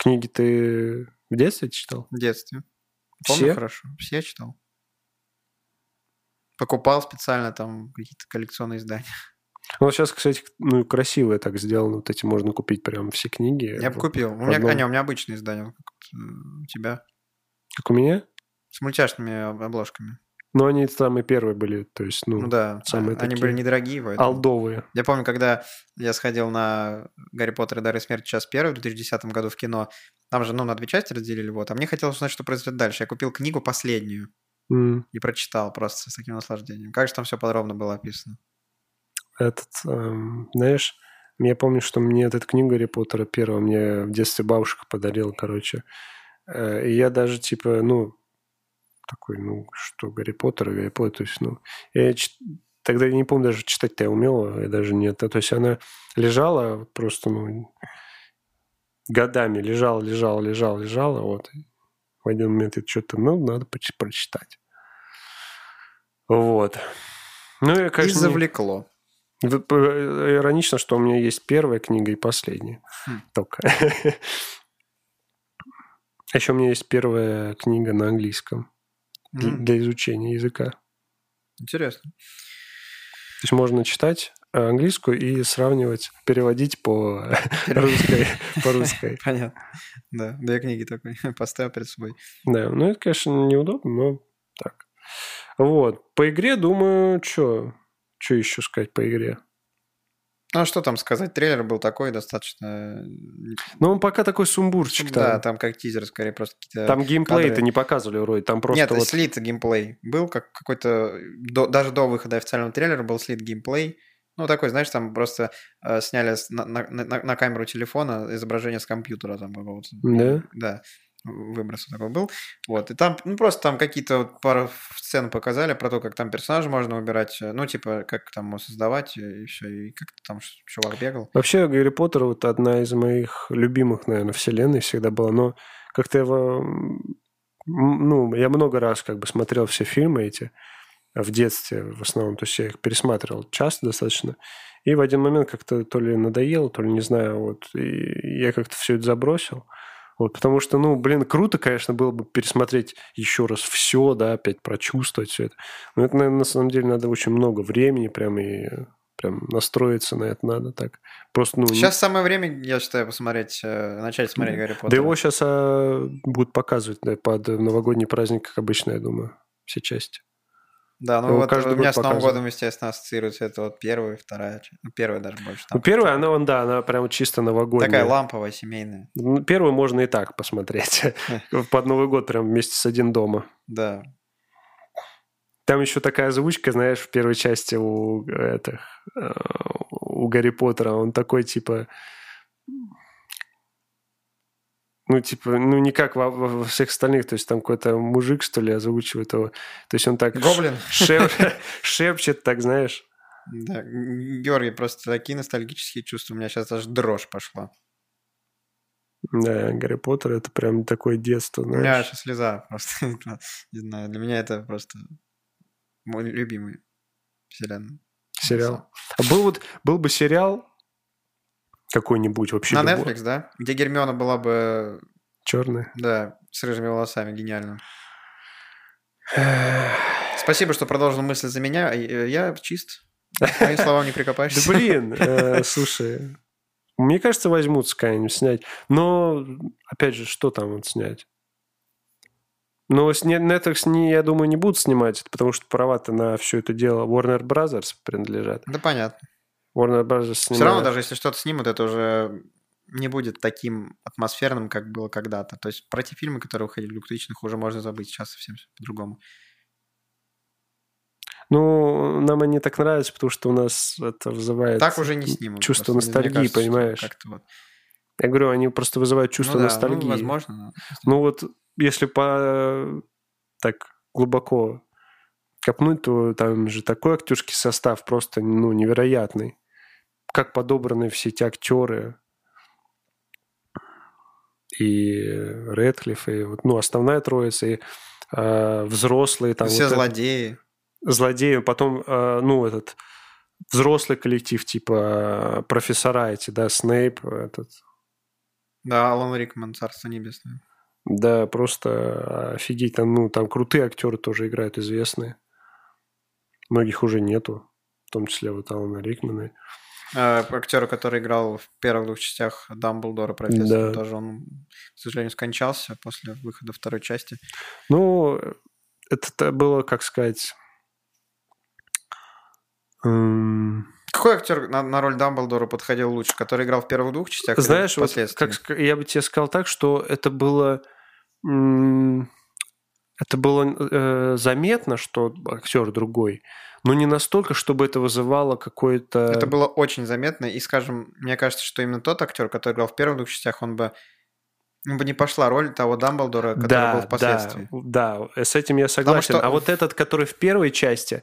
Speaker 1: Книги ты в детстве читал?
Speaker 2: В детстве.
Speaker 1: Все?
Speaker 2: Помню хорошо. Все читал. Покупал специально там какие-то коллекционные издания.
Speaker 1: Ну, вот сейчас, кстати, ну, красиво так сделано. Вот эти можно купить прям все книги.
Speaker 2: Я бы
Speaker 1: Вот
Speaker 2: купил. У меня,
Speaker 1: одном-
Speaker 2: а, не, у меня обычные издания. Вот как, э, У тебя.
Speaker 1: Как у меня?
Speaker 2: С мультяшными об- обложками.
Speaker 1: Но они самые первые были, то есть, ну,
Speaker 2: Ну да.
Speaker 1: самые
Speaker 2: а- Они
Speaker 1: такие.
Speaker 2: были недорогие, поэтому.
Speaker 1: алдовые.
Speaker 2: Я помню, когда я сходил на «Гарри Поттер и Дары смерти. Час первый» в 2010 году в кино, там же, ну, на две части разделили, вот, а мне хотелось узнать, что произойдет дальше. Я купил книгу последнюю
Speaker 1: М,
Speaker 2: и прочитал просто с таким наслаждением. Как же там все подробно было описано.
Speaker 1: Этот, эм, знаешь, я помню, что мне вот эта книга Гарри Поттера первая мне в детстве бабушка подарила, короче. Э, И я даже, типа, ну, такой, ну, что, Гарри Поттер, Гарри Поттер, то есть, ну, я чит- тогда я не помню даже, читать-то я умела, я даже нет. То есть она лежала вот просто, ну, годами лежала, лежала, лежала, лежала, вот. В один момент это что-то, ну, надо поч- прочитать. Вот. Ну, я,
Speaker 2: и
Speaker 1: конечно, не-
Speaker 2: завлекло.
Speaker 1: Вы- п- э, Иронично, что у меня есть первая книга и последняя.
Speaker 2: Хм.
Speaker 1: Только. А Еще у меня есть первая книга на английском для,
Speaker 2: М,
Speaker 1: для изучения языка. То
Speaker 2: Интересно.
Speaker 1: есть можно читать э, английскую и сравнивать, переводить по русской. По русской.
Speaker 2: Понятно. Да, две книги такой поставил перед собой.
Speaker 1: Да, ну это, конечно, неудобно, но так. Вот. По игре, думаю, что... Что еще сказать по игре?
Speaker 2: Ну, а что там сказать? Трейлер был такой достаточно... э,
Speaker 1: Ну, он пока такой сумбурчик.
Speaker 2: Да,
Speaker 1: там.
Speaker 2: там как тизер, скорее, просто какие-то...
Speaker 1: Там
Speaker 2: кадры.
Speaker 1: геймплей-то не показывали вроде. Там просто
Speaker 2: Нет,
Speaker 1: вот...
Speaker 2: слит геймплей. Был как какой-то... до- даже до выхода официального трейлера был слит геймплей. Ну, такой, знаешь, там просто э, сняли с- на, на- на- на камеру телефона изображение с компьютера там какого-то. Э,
Speaker 1: Да?
Speaker 2: Да, выброс такой был. Вот, и там, ну, просто там какие-то вот пару сцен показали про то, как там персонажа можно выбирать, э, ну, типа, как там его создавать, э, и все, и как там ш- чувак бегал.
Speaker 1: Вообще, Гарри Поттер вот одна из моих любимых, наверное, вселенной всегда была, но как-то его... м, Ну, я много раз как бы смотрел все фильмы эти э, в детстве в основном, то есть я их пересматривал часто достаточно, и в один момент как-то то ли надоело, то ли не знаю, вот, и я как-то все это забросил, вот, потому что, ну, блин, круто, конечно, было бы пересмотреть еще раз все, да, опять прочувствовать все это, но это, наверное, на самом деле надо очень много времени прям и э, прям настроиться на это надо так. Просто, ну, не-
Speaker 2: Сейчас самое время, я считаю, посмотреть, э, начать смотреть Гарри Поттера.
Speaker 1: да его сейчас будут показывать да, под новогодний праздник, как обычно, я думаю, все части.
Speaker 2: Да, ну
Speaker 1: Его
Speaker 2: вот
Speaker 1: Э, каждый
Speaker 2: у меня
Speaker 1: год
Speaker 2: с Новым
Speaker 1: показывают.
Speaker 2: годом, естественно, ассоциируется это вот первая, вторая, ча- ну, первая даже больше.
Speaker 1: Ну,
Speaker 2: Там
Speaker 1: первая, она, он, да, она прям чисто новогодняя.
Speaker 2: такая ламповая, семейная.
Speaker 1: Ну, Первую можно и так посмотреть. Под Новый год прям вместе с «Один дома».
Speaker 2: Да.
Speaker 1: Там еще такая озвучка, знаешь, в первой части у этих, э, у Гарри Поттера, он такой, типа, ну, типа, ну, не как во, во- во всех остальных, то есть там какой-то мужик, что ли, озвучивает его, то есть он так
Speaker 2: Гоблин.
Speaker 1: шеп- шепчет, так, знаешь,
Speaker 2: Да. М, Георгий, просто такие ностальгические чувства. У меня сейчас даже дрожь пошла.
Speaker 1: да, Гарри Поттер, это прям такое детство,
Speaker 2: У меня
Speaker 1: знаешь.
Speaker 2: сейчас слеза просто. Не знаю, для меня это просто мой любимый вселенная.
Speaker 1: сериал. А был вот, был бы сериал какой-нибудь вообще.
Speaker 2: На Netflix, да? Где Гермиона была бы,
Speaker 1: Черный.
Speaker 2: да, с рыжими волосами, гениально. Спасибо, что продолжил мысль за меня. Э, Я чист. К Моим словам не
Speaker 1: Да
Speaker 2: прикопаешься.
Speaker 1: блин, э, слушай, мне кажется, возьмутся какая-нибудь снять. Но, опять же, что там вот снять? Но с- не- Netflix, не, я думаю, не будут снимать, это потому что права-то на все это дело Warner Brothers принадлежат.
Speaker 2: Да понятно.
Speaker 1: Warner Brothers снимает...
Speaker 2: Все равно, даже если что-то снимут, это уже не будет таким атмосферным, как было когда-то. То есть про те фильмы, которые выходили в 2000 уже можно забыть, сейчас совсем по-другому.
Speaker 1: Ну, нам они так нравятся, потому что у нас это вызывает
Speaker 2: Так уже не снимут.
Speaker 1: чувство
Speaker 2: просто, мне- мне
Speaker 1: ностальгии,
Speaker 2: кажется, что
Speaker 1: понимаешь?
Speaker 2: как-то вот.
Speaker 1: Я говорю, они просто вызывают чувство
Speaker 2: Ну да, ну,
Speaker 1: ностальгии.
Speaker 2: возможно, но-
Speaker 1: Ну вот, если по так глубоко копнуть, то там же такой актерский состав просто ну, невероятный. Как подобраны все эти актеры. И Редклифф, и вот, ну, основная троица, и э, взрослые там.
Speaker 2: Все
Speaker 1: вот это-
Speaker 2: злодеи.
Speaker 1: злодеи, потом, э, ну, этот взрослый коллектив, типа э, профессора эти, да, Снейп, этот,
Speaker 2: Да, Алан Рикман, Царство Небесное.
Speaker 1: Да, просто офигеть. Там, ну, там крутые актеры тоже играют, известные. Многих уже нету. В том числе вот Алана Рикмана.
Speaker 2: Актер, А, который играл в первых двух частях Дамблдора, профессора,
Speaker 1: Да.
Speaker 2: тоже он, к сожалению, скончался после выхода второй части.
Speaker 1: Ну, это та- было, как сказать... эм,
Speaker 2: Какой актер на, на роль Дамблдора подходил лучше, который играл в первых двух частях? или
Speaker 1: Знаешь, вот
Speaker 2: впоследствии?
Speaker 1: как, ска- я бы тебе сказал так, что это было... м, Это было э, заметно, что актер другой, но не настолько, чтобы это вызывало какое-то...
Speaker 2: Это было очень заметно, и, скажем, мне кажется, что именно тот актер, который играл в первых двух частях, он бы, ему бы не пошла роль того Дамблдора, который был впоследствии.
Speaker 1: Да, да, с этим я согласен.
Speaker 2: что
Speaker 1: А
Speaker 2: в-
Speaker 1: вот этот, который в первой части,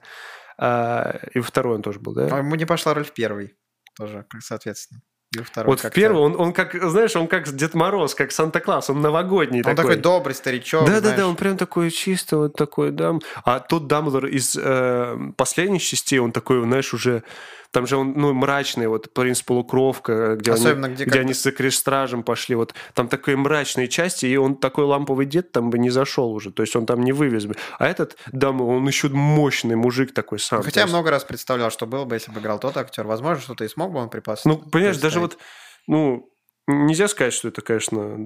Speaker 1: а, и во второй он тоже был,
Speaker 2: Но
Speaker 1: да?
Speaker 2: А Ему не пошла роль в первой тоже, как соответственно. И во второй
Speaker 1: Вот в
Speaker 2: как-то.
Speaker 1: первой он, он как, знаешь, он как Дед Мороз, как Санта-Клаус, он новогодний
Speaker 2: Он такой,
Speaker 1: такой.
Speaker 2: добрый старичок,
Speaker 1: да, да,
Speaker 2: знаешь.
Speaker 1: да, он прям такой чисто, вот такой, да. А тот Дамблдор из э, последних частей, он такой, знаешь, уже... Там же он, ну, мрачный, вот, принц полукровка, где, они-
Speaker 2: Особенно, где
Speaker 1: где
Speaker 2: как-то-
Speaker 1: они с крестражем пошли, вот. Там такие мрачные части, и он такой ламповый дед там бы не зашел уже, то есть он там не вывез бы. А этот Дамблдор, он еще мощный мужик такой сам.
Speaker 2: Ну, Хотя я
Speaker 1: То есть-
Speaker 2: много раз представлял, что было бы, если бы играл тот актер. Возможно, что-то и смог бы он припас.
Speaker 1: Ну, понимаешь, даже вот, ну, нельзя сказать, что это, конечно,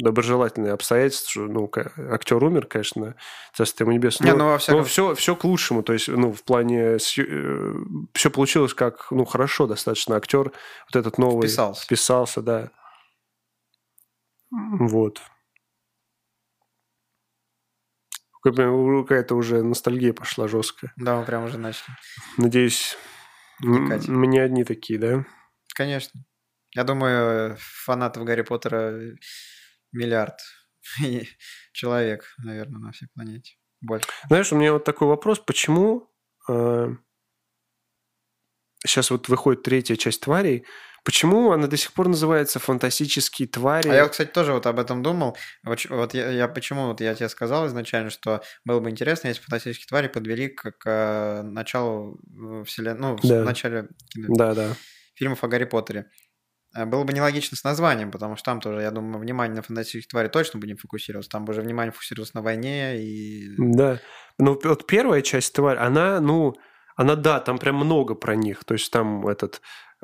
Speaker 1: доброжелательные обстоятельства, что, ну, ка- актер умер, конечно, царство ему небесное.
Speaker 2: Не, ну, во всяком-
Speaker 1: все, все к лучшему, то есть, ну, в плане, все получилось как, ну, хорошо достаточно. Актер вот этот новый...
Speaker 2: Вписался.
Speaker 1: Вписался, да. Вот. Какая-то уже ностальгия пошла жесткая.
Speaker 2: Да, мы прям уже начали.
Speaker 1: Надеюсь, м-
Speaker 2: Вникать.
Speaker 1: мы не одни такие, да?
Speaker 2: Конечно. Я думаю, фанатов Гарри Поттера э, миллиард И человек, наверное, на всей планете. Больше. А
Speaker 1: Знаешь, у меня вот такой вопрос, почему сейчас вот выходит третья часть тварей, почему она до сих пор называется фантастические твари?
Speaker 2: А я, вот, кстати, тоже вот об этом думал. Вот, ч- вот я, я почему вот я тебе сказал изначально, что было бы интересно, если бы фантастические твари подвели к, к началу вселенной, ну, в
Speaker 1: Да.
Speaker 2: начале кино-
Speaker 1: Да, да.
Speaker 2: фильмов о Гарри Поттере. Э, Было бы нелогично с названием, потому что там тоже, я думаю, внимание на фантастических твари точно бы не фокусировалось. Там бы уже внимание фокусировалось на войне и...
Speaker 1: Да. Ну, вот первая часть тварь, она, ну, она, да, там прям много про них. То есть там этот,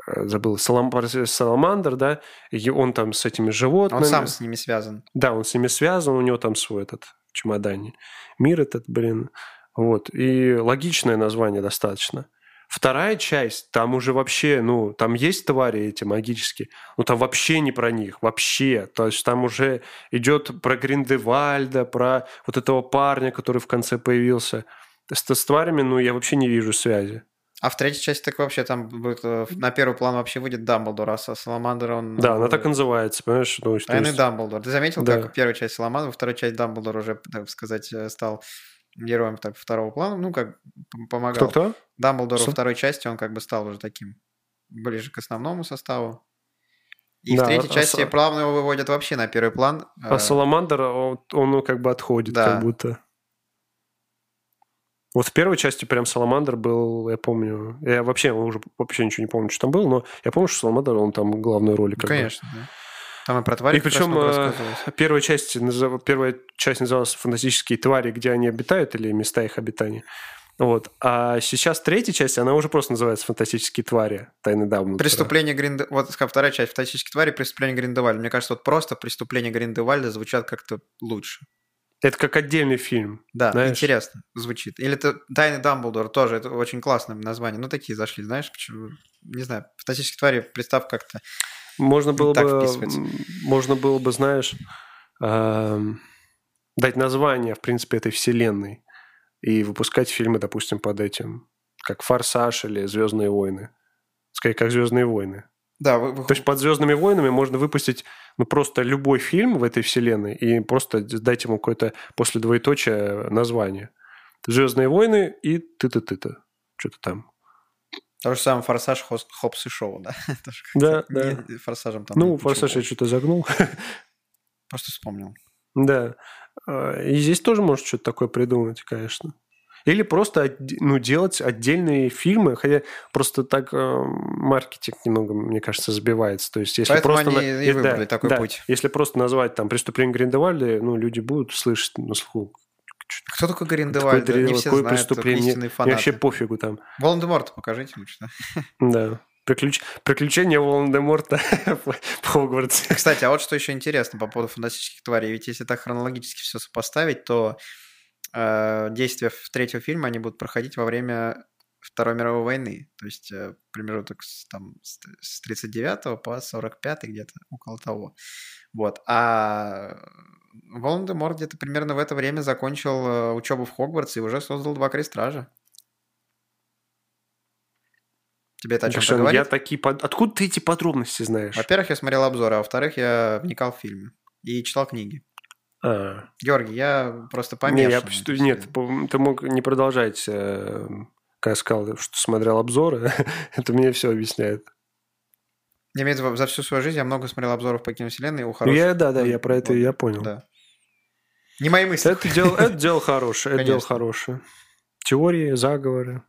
Speaker 1: э, забыл, салам- Саламандр, да, и он там с этими
Speaker 2: Он
Speaker 1: животными.
Speaker 2: сам с ними связан.
Speaker 1: Да, он с ними связан, у него там свой этот в чемодане. Мир этот, блин. Вот. И логичное название достаточно. Вторая часть, там уже вообще, ну, там есть твари эти магические, но там вообще не про них, вообще. То есть там уже идет про Гриндевальда, про вот этого парня, который в конце появился. С, с тварями, ну, я вообще не вижу связи.
Speaker 2: А в третьей части так вообще там будет, э, на первый план вообще выйдет Дамблдор, а со Саламандр он...
Speaker 1: Да, она
Speaker 2: э,
Speaker 1: так и называется, понимаешь? Ну, то
Speaker 2: Тайный
Speaker 1: есть-
Speaker 2: Дамблдор. Ты заметил,
Speaker 1: Да.
Speaker 2: как первая часть Саламандра, вторая часть Дамблдор уже, так сказать, э, стал героем так, второго плана, ну, как пом- помогал.
Speaker 1: Кто-кто?
Speaker 2: Дамблдор
Speaker 1: Что?
Speaker 2: во второй части, он как бы стал уже таким ближе к основному составу. И
Speaker 1: Да,
Speaker 2: в третьей
Speaker 1: а- а
Speaker 2: части
Speaker 1: Са-
Speaker 2: плавно его выводят вообще на первый план.
Speaker 1: А
Speaker 2: Э,
Speaker 1: Саламандр, он, он, ну, как бы отходит,
Speaker 2: Да.
Speaker 1: как будто. Вот в первой части прям Саламандр был, я помню. Я вообще уже вообще ничего не помню, что там было, но я помню, что Саламандр, он там главную роль.
Speaker 2: ну,
Speaker 1: как бы.
Speaker 2: конечно, да. Там и про твари
Speaker 1: И
Speaker 2: как раз
Speaker 1: причем,
Speaker 2: много
Speaker 1: э,
Speaker 2: рассказывалось.
Speaker 1: Первая часть, назыв- первая часть называлась «Фантастические твари, где они обитают» или «Места их обитания». Вот. А сейчас третья часть, она уже просто называется «Фантастические твари. Тайны Дамблдора».
Speaker 2: Преступление Гринде... Вот ска- вторая часть «Фантастические твари. Преступление Гриндевальда». Мне кажется, вот просто «Преступление Гриндевальда» звучат как-то лучше.
Speaker 1: Это как отдельный фильм.
Speaker 2: Да,
Speaker 1: Знаешь?
Speaker 2: интересно звучит. Или это «Тайны Дамблдора» тоже, это очень классное название. Ну, такие зашли, знаешь, почему? Не знаю, «Фантастические твари» представь как-то
Speaker 1: Можно было
Speaker 2: так
Speaker 1: бы,
Speaker 2: вписывается.
Speaker 1: можно было бы, знаешь, эм, дать название, в принципе, этой вселенной и выпускать фильмы, допустим, под этим, как Форсаж или Звездные войны, скорее как Звездные войны.
Speaker 2: Да, вы- вы-
Speaker 1: То есть под Звездными войнами можно выпустить ну просто любой фильм в этой вселенной и просто дать ему какое-то после двоеточия название. Звездные войны и ты-ты-ты-то. Что-то там.
Speaker 2: то же самое «Форсаж», Хос- «Хопс» и «Шоу», да? Тоже
Speaker 1: Да,
Speaker 2: как-то
Speaker 1: да.
Speaker 2: не- «Форсажем» там...
Speaker 1: Ну,
Speaker 2: ничего.
Speaker 1: Форсаж я что-то загнул.
Speaker 2: Просто вспомнил.
Speaker 1: Да. А, И здесь тоже можно что-то такое придумать, конечно. Или просто отде- ну, делать отдельные фильмы, хотя просто так э, маркетинг немного, мне кажется, сбивается. То есть, если
Speaker 2: Поэтому
Speaker 1: просто
Speaker 2: они
Speaker 1: на-
Speaker 2: и
Speaker 1: э,
Speaker 2: выбрали
Speaker 1: да,
Speaker 2: такой
Speaker 1: да.
Speaker 2: путь.
Speaker 1: Если просто назвать там преступление Гриндевальда, ну, люди будут слышать на слуху.
Speaker 2: Кто такой
Speaker 1: Такое
Speaker 2: Гриндевальд?
Speaker 1: дри-
Speaker 2: Не все
Speaker 1: такое
Speaker 2: знают, только
Speaker 1: преступление.
Speaker 2: истинные
Speaker 1: Мне
Speaker 2: фанаты.
Speaker 1: вообще пофигу там.
Speaker 2: Волан-де-Морта покажите лучше. да?
Speaker 1: Да. Приключ... Приключения Волан-де-Морта в Хогвартсе.
Speaker 2: Кстати, а вот что еще интересно по поводу фантастических тварей. Ведь если так хронологически все сопоставить, то э, действия в третьего фильма, они будут проходить во время Второй мировой войны. То есть э, промежуток с, там, с т- с 39 по 45 где-то около того. Вот. А Волан-де-Морт где-то примерно в это время закончил э, учебу в Хогвартсе и уже создал два крестража. Тебе это о чем-то
Speaker 1: Джексон,
Speaker 2: говорит?
Speaker 1: я такие... под- Откуда ты эти подробности знаешь?
Speaker 2: Во-первых, я смотрел обзоры, а во-вторых, я вникал в фильмы и читал книги.
Speaker 1: А.
Speaker 2: Георгий, я просто
Speaker 1: Не,
Speaker 2: помешан. э,
Speaker 1: я
Speaker 2: на
Speaker 1: почти-
Speaker 2: этом
Speaker 1: нет,
Speaker 2: всем.
Speaker 1: по- ты мог не продолжать, э, когда я сказал, что смотрел обзоры, это мне все объясняет.
Speaker 2: Я имею в виду, за всю свою жизнь я много смотрел обзоров по киновселенной у
Speaker 1: Ну,
Speaker 2: хороших.
Speaker 1: я, да, да, я про это
Speaker 2: Вот,
Speaker 1: я понял.
Speaker 2: ну, Да. Не мои мысли.
Speaker 1: Это дело, это дело хорошее, это дело
Speaker 2: Конечно.
Speaker 1: хорошее. Теории, заговоры.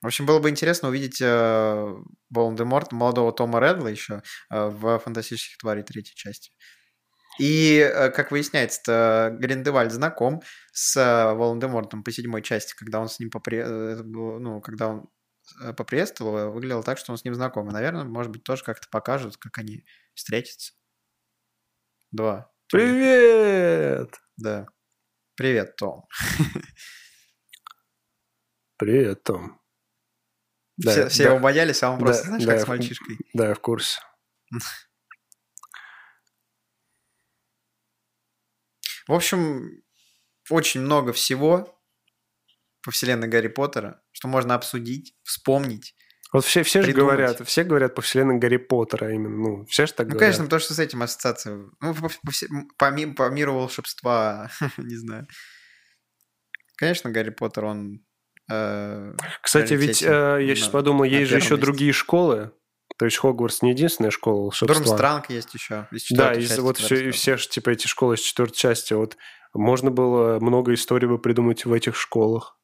Speaker 2: В общем, было бы интересно увидеть э, Волан-де-Морт, молодого Тома Редла еще э, в «Фантастических тварей» третьей части. И, э, как выясняется, Гриндевальд знаком с э, Волан-де-Мортом по седьмой части, когда он с ним попри... э, это было, ну, когда он э, поприветствовал, э, выглядело так, что он с ним знаком. И, наверное, может быть, тоже как-то покажут, как они встретятся. Два.
Speaker 1: Привет!
Speaker 2: Да. Привет, Том.
Speaker 1: Привет, Том. Да,
Speaker 2: все все
Speaker 1: да.
Speaker 2: его боялись, а он
Speaker 1: Да,
Speaker 2: просто, знаешь,
Speaker 1: да,
Speaker 2: как
Speaker 1: я
Speaker 2: с мальчишкой.
Speaker 1: Да, я в курсе.
Speaker 2: В общем, очень много всего по вселенной Гарри Поттера, что можно обсудить, вспомнить.
Speaker 1: Вот все, все же
Speaker 2: Придумать.
Speaker 1: говорят, все говорят по вселенной Гарри Поттера именно. Ну, все же так
Speaker 2: Ну,
Speaker 1: говорят.
Speaker 2: конечно, потому что с этим ассоциация... Ну, по, по вс- по ми- по миру волшебства, не знаю. Конечно, Гарри Поттер, он... э,
Speaker 1: Кстати, ведь э, я сейчас
Speaker 2: на-
Speaker 1: подумал,
Speaker 2: на
Speaker 1: есть же
Speaker 2: первом
Speaker 1: еще
Speaker 2: месте.
Speaker 1: другие школы. То есть Хогвартс не единственная школа волшебства.
Speaker 2: Дурмстранг есть еще. из
Speaker 1: Да,
Speaker 2: четвертой
Speaker 1: из-
Speaker 2: части
Speaker 1: вот все, и
Speaker 2: Дурмстранг.
Speaker 1: все ж, типа эти школы из четвертой части, вот можно было много историй бы придумать в этих школах.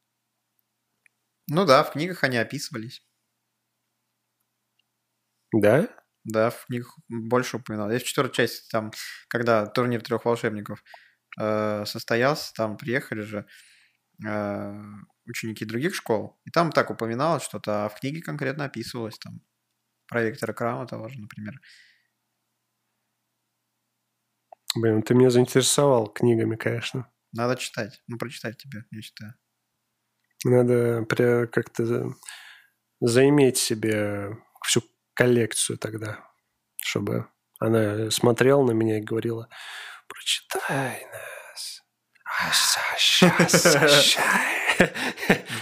Speaker 2: Ну да, в книгах они описывались.
Speaker 1: Да?
Speaker 2: Да, в книгах больше упоминал. Я в четвертой части, там, когда турнир трех волшебников э, состоялся, там приехали же э, ученики других школ, и там так упоминалось что-то, а в книге конкретно описывалось там про Виктора Крама того же, например.
Speaker 1: Блин, ты меня заинтересовал книгами, конечно.
Speaker 2: Надо читать. Ну, прочитать тебе, я считаю.
Speaker 1: Надо пря- как-то за- заиметь себе всю коллекцию тогда, чтобы она смотрела на меня и говорила, прочитай нас. А, Саша, Саша».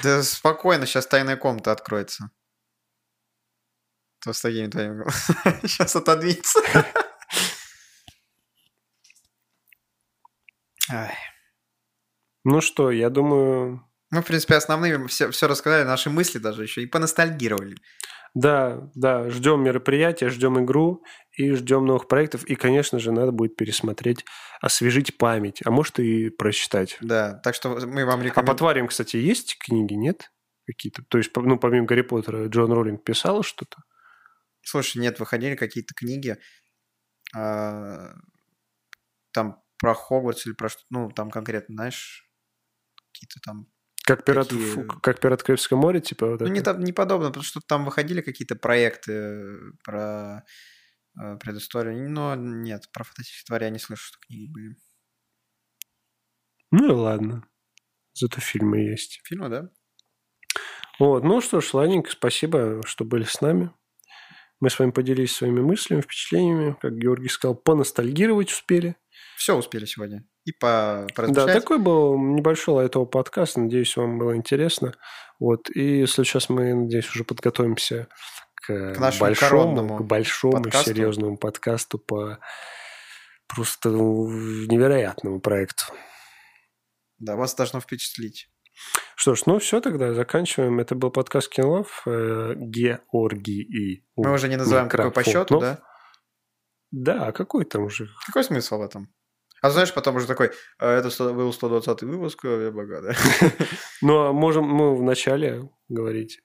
Speaker 2: Да спокойно, сейчас тайная комната откроется. То с такими твоими Сейчас отодвинется. Ай.
Speaker 1: Ну что, я думаю,
Speaker 2: Мы, в принципе, основными все, все рассказали, наши мысли даже еще, и поностальгировали.
Speaker 1: Да, да, ждем мероприятия, ждем игру и ждем новых проектов. И, конечно же, надо будет пересмотреть, освежить память, а может и прочитать.
Speaker 2: Да, так что мы вам
Speaker 1: А по
Speaker 2: рекомендуем.
Speaker 1: тварям, кстати, есть книги, нет? Какие-то. То есть, по- ну, помимо Гарри Поттера, Джон Роллинг писала что-то?
Speaker 2: Слушай, нет, выходили какие-то книги, а, там про Хогвартс или про что, ну, там конкретно, знаешь, какие-то там...
Speaker 1: Как пират,
Speaker 2: Такие-
Speaker 1: фу, как пират Карибского моря, типа вот
Speaker 2: Ну,
Speaker 1: это?
Speaker 2: не, там, не подобно, потому что там выходили какие-то проекты э, про э, предысторию, но нет, про фантастические твари я не слышу, что книги были.
Speaker 1: Ну и ладно. Зато фильмы есть.
Speaker 2: Фильмы, да?
Speaker 1: Вот, ну что ж, ладненько, спасибо, что были с нами. Мы с вами поделились своими мыслями, впечатлениями. Как Георгий сказал, поностальгировать успели.
Speaker 2: Все успели сегодня. И по
Speaker 1: Да, такой был небольшой лайтовый подкаст. Надеюсь, вам было интересно. Вот. И если сейчас мы, надеюсь, уже подготовимся к,
Speaker 2: К нашему
Speaker 1: большому,
Speaker 2: коронному
Speaker 1: к большому
Speaker 2: подкасту.
Speaker 1: серьезному подкасту по просто невероятному проекту.
Speaker 2: Да, вас должно впечатлить.
Speaker 1: Что ж, ну все тогда, заканчиваем. Это был подкаст Кинлов, э, Георгий и
Speaker 2: Мы уже не называем какой по счету,
Speaker 1: Микрофонов.
Speaker 2: да?
Speaker 1: Да, а какой там уже?
Speaker 2: Какой смысл в этом? А знаешь, потом уже такой, «А, это сто- был 120 выпуск, а я бога, да?
Speaker 1: Ну, а можем мы вначале говорить.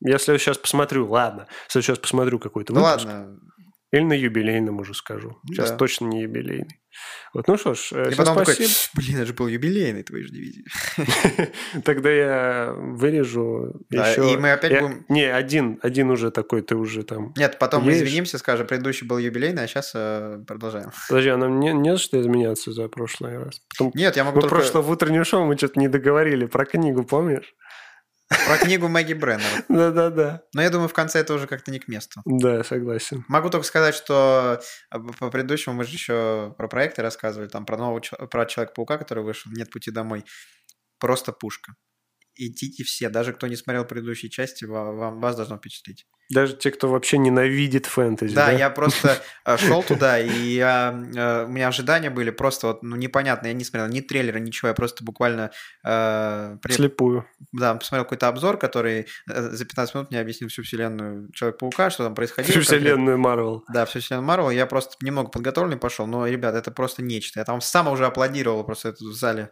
Speaker 1: Я сейчас посмотрю, ладно, сейчас посмотрю какой-то
Speaker 2: Ну
Speaker 1: выпуск.
Speaker 2: ладно.
Speaker 1: Или на юбилейном уже скажу. Сейчас
Speaker 2: Да.
Speaker 1: точно не юбилейный. Вот, ну что ж, э,
Speaker 2: И
Speaker 1: всем
Speaker 2: потом такой,
Speaker 1: спасибо.
Speaker 2: блин, это же был юбилейный, твои же дивизии.
Speaker 1: Тогда я вырежу
Speaker 2: Да,
Speaker 1: еще...
Speaker 2: и мы опять
Speaker 1: Я-
Speaker 2: будем...
Speaker 1: Не, один, один уже такой, ты уже там...
Speaker 2: Нет, потом мы
Speaker 1: Есть.
Speaker 2: извинимся, скажем, предыдущий был юбилейный, а сейчас продолжаем.
Speaker 1: Подожди, а нам не, не за что изменяться за прошлый раз? Потом...
Speaker 2: Нет, я могу
Speaker 1: Мы
Speaker 2: только
Speaker 1: прошло в утреннем шоу мы что-то не договорили про книгу, помнишь?
Speaker 2: про книгу Мэгги Бреннер.
Speaker 1: Да-да-да.
Speaker 2: Но я думаю, в конце это уже как-то не к месту.
Speaker 1: Да, согласен.
Speaker 2: Могу только сказать, что э, по предыдущему мы же еще про проекты рассказывали, там про нового чел- про Человека-паука, который вышел, нет пути домой. Просто пушка. Идите все, даже кто не смотрел предыдущие части, ва- вам, вас должно впечатлить.
Speaker 1: Даже те, кто вообще ненавидит фэнтези.
Speaker 2: Да, я просто шел туда, и я, э, у меня ожидания были просто вот, ну, непонятно, я не смотрел ни трейлера, ничего, я просто буквально э, при-
Speaker 1: Слепую.
Speaker 2: да, посмотрел какой-то обзор, который э, за 15 минут мне объяснил всю вселенную Человек-паука, что там происходило.
Speaker 1: Всю
Speaker 2: как это-
Speaker 1: вселенную Марвел.
Speaker 2: Да, все вселенную Марвел. Я просто немного подготовленный пошел, но, ребят, это просто нечто. Я там сам уже аплодировал просто это в зале.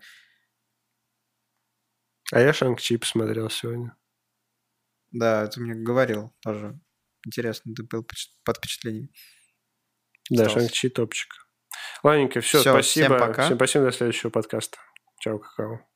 Speaker 1: А я Шанг-Чи посмотрел сегодня.
Speaker 2: Да, ты мне говорил тоже. Интересно, ты был впечат- под впечатлением.
Speaker 1: Да,
Speaker 2: Остался.
Speaker 1: Шанг-Чи топчик. Ладненько, все,
Speaker 2: Всё,
Speaker 1: спасибо.
Speaker 2: всем пока.
Speaker 1: спасибо, до следующего подкаста. Чао, какао.